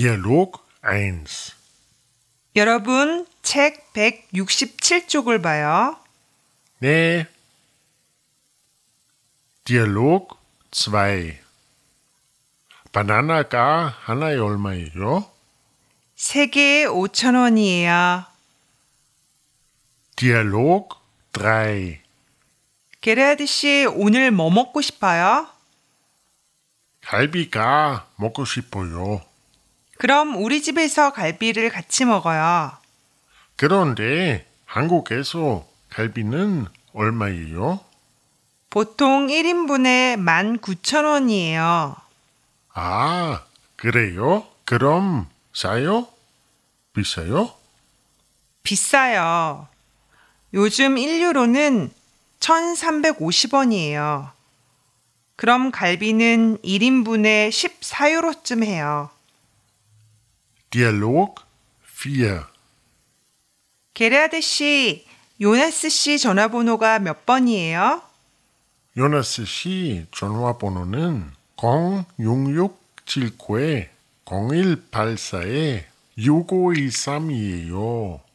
Dialog 1. 여러분, 책 167쪽을 봐요. Nee. Dialog 2. Banana ga hanai olmaiyo. 3개에 5,000원이에요. Dialog 3. 게레아드 씨, 오늘 뭐 먹고 싶어요? Kalbi ga mokoshipoyo. 그럼 우리 집에서 갈비를 같이 먹어요. 그런데 한국에서 갈비는 얼마예요? 보통 1인분에 19,000원이에요. 아, 그래요? 그럼 싸요? 비싸요? 비싸요. 요즘 1유로는 1,350원이에요. 그럼 갈비는 1인분에 14유로쯤 해요. Dialog 4. 게레아드 씨, 요나스 씨 전화번호가 몇 번이에요? 요나스 씨 전화번호는 06679-0184-6523이에요.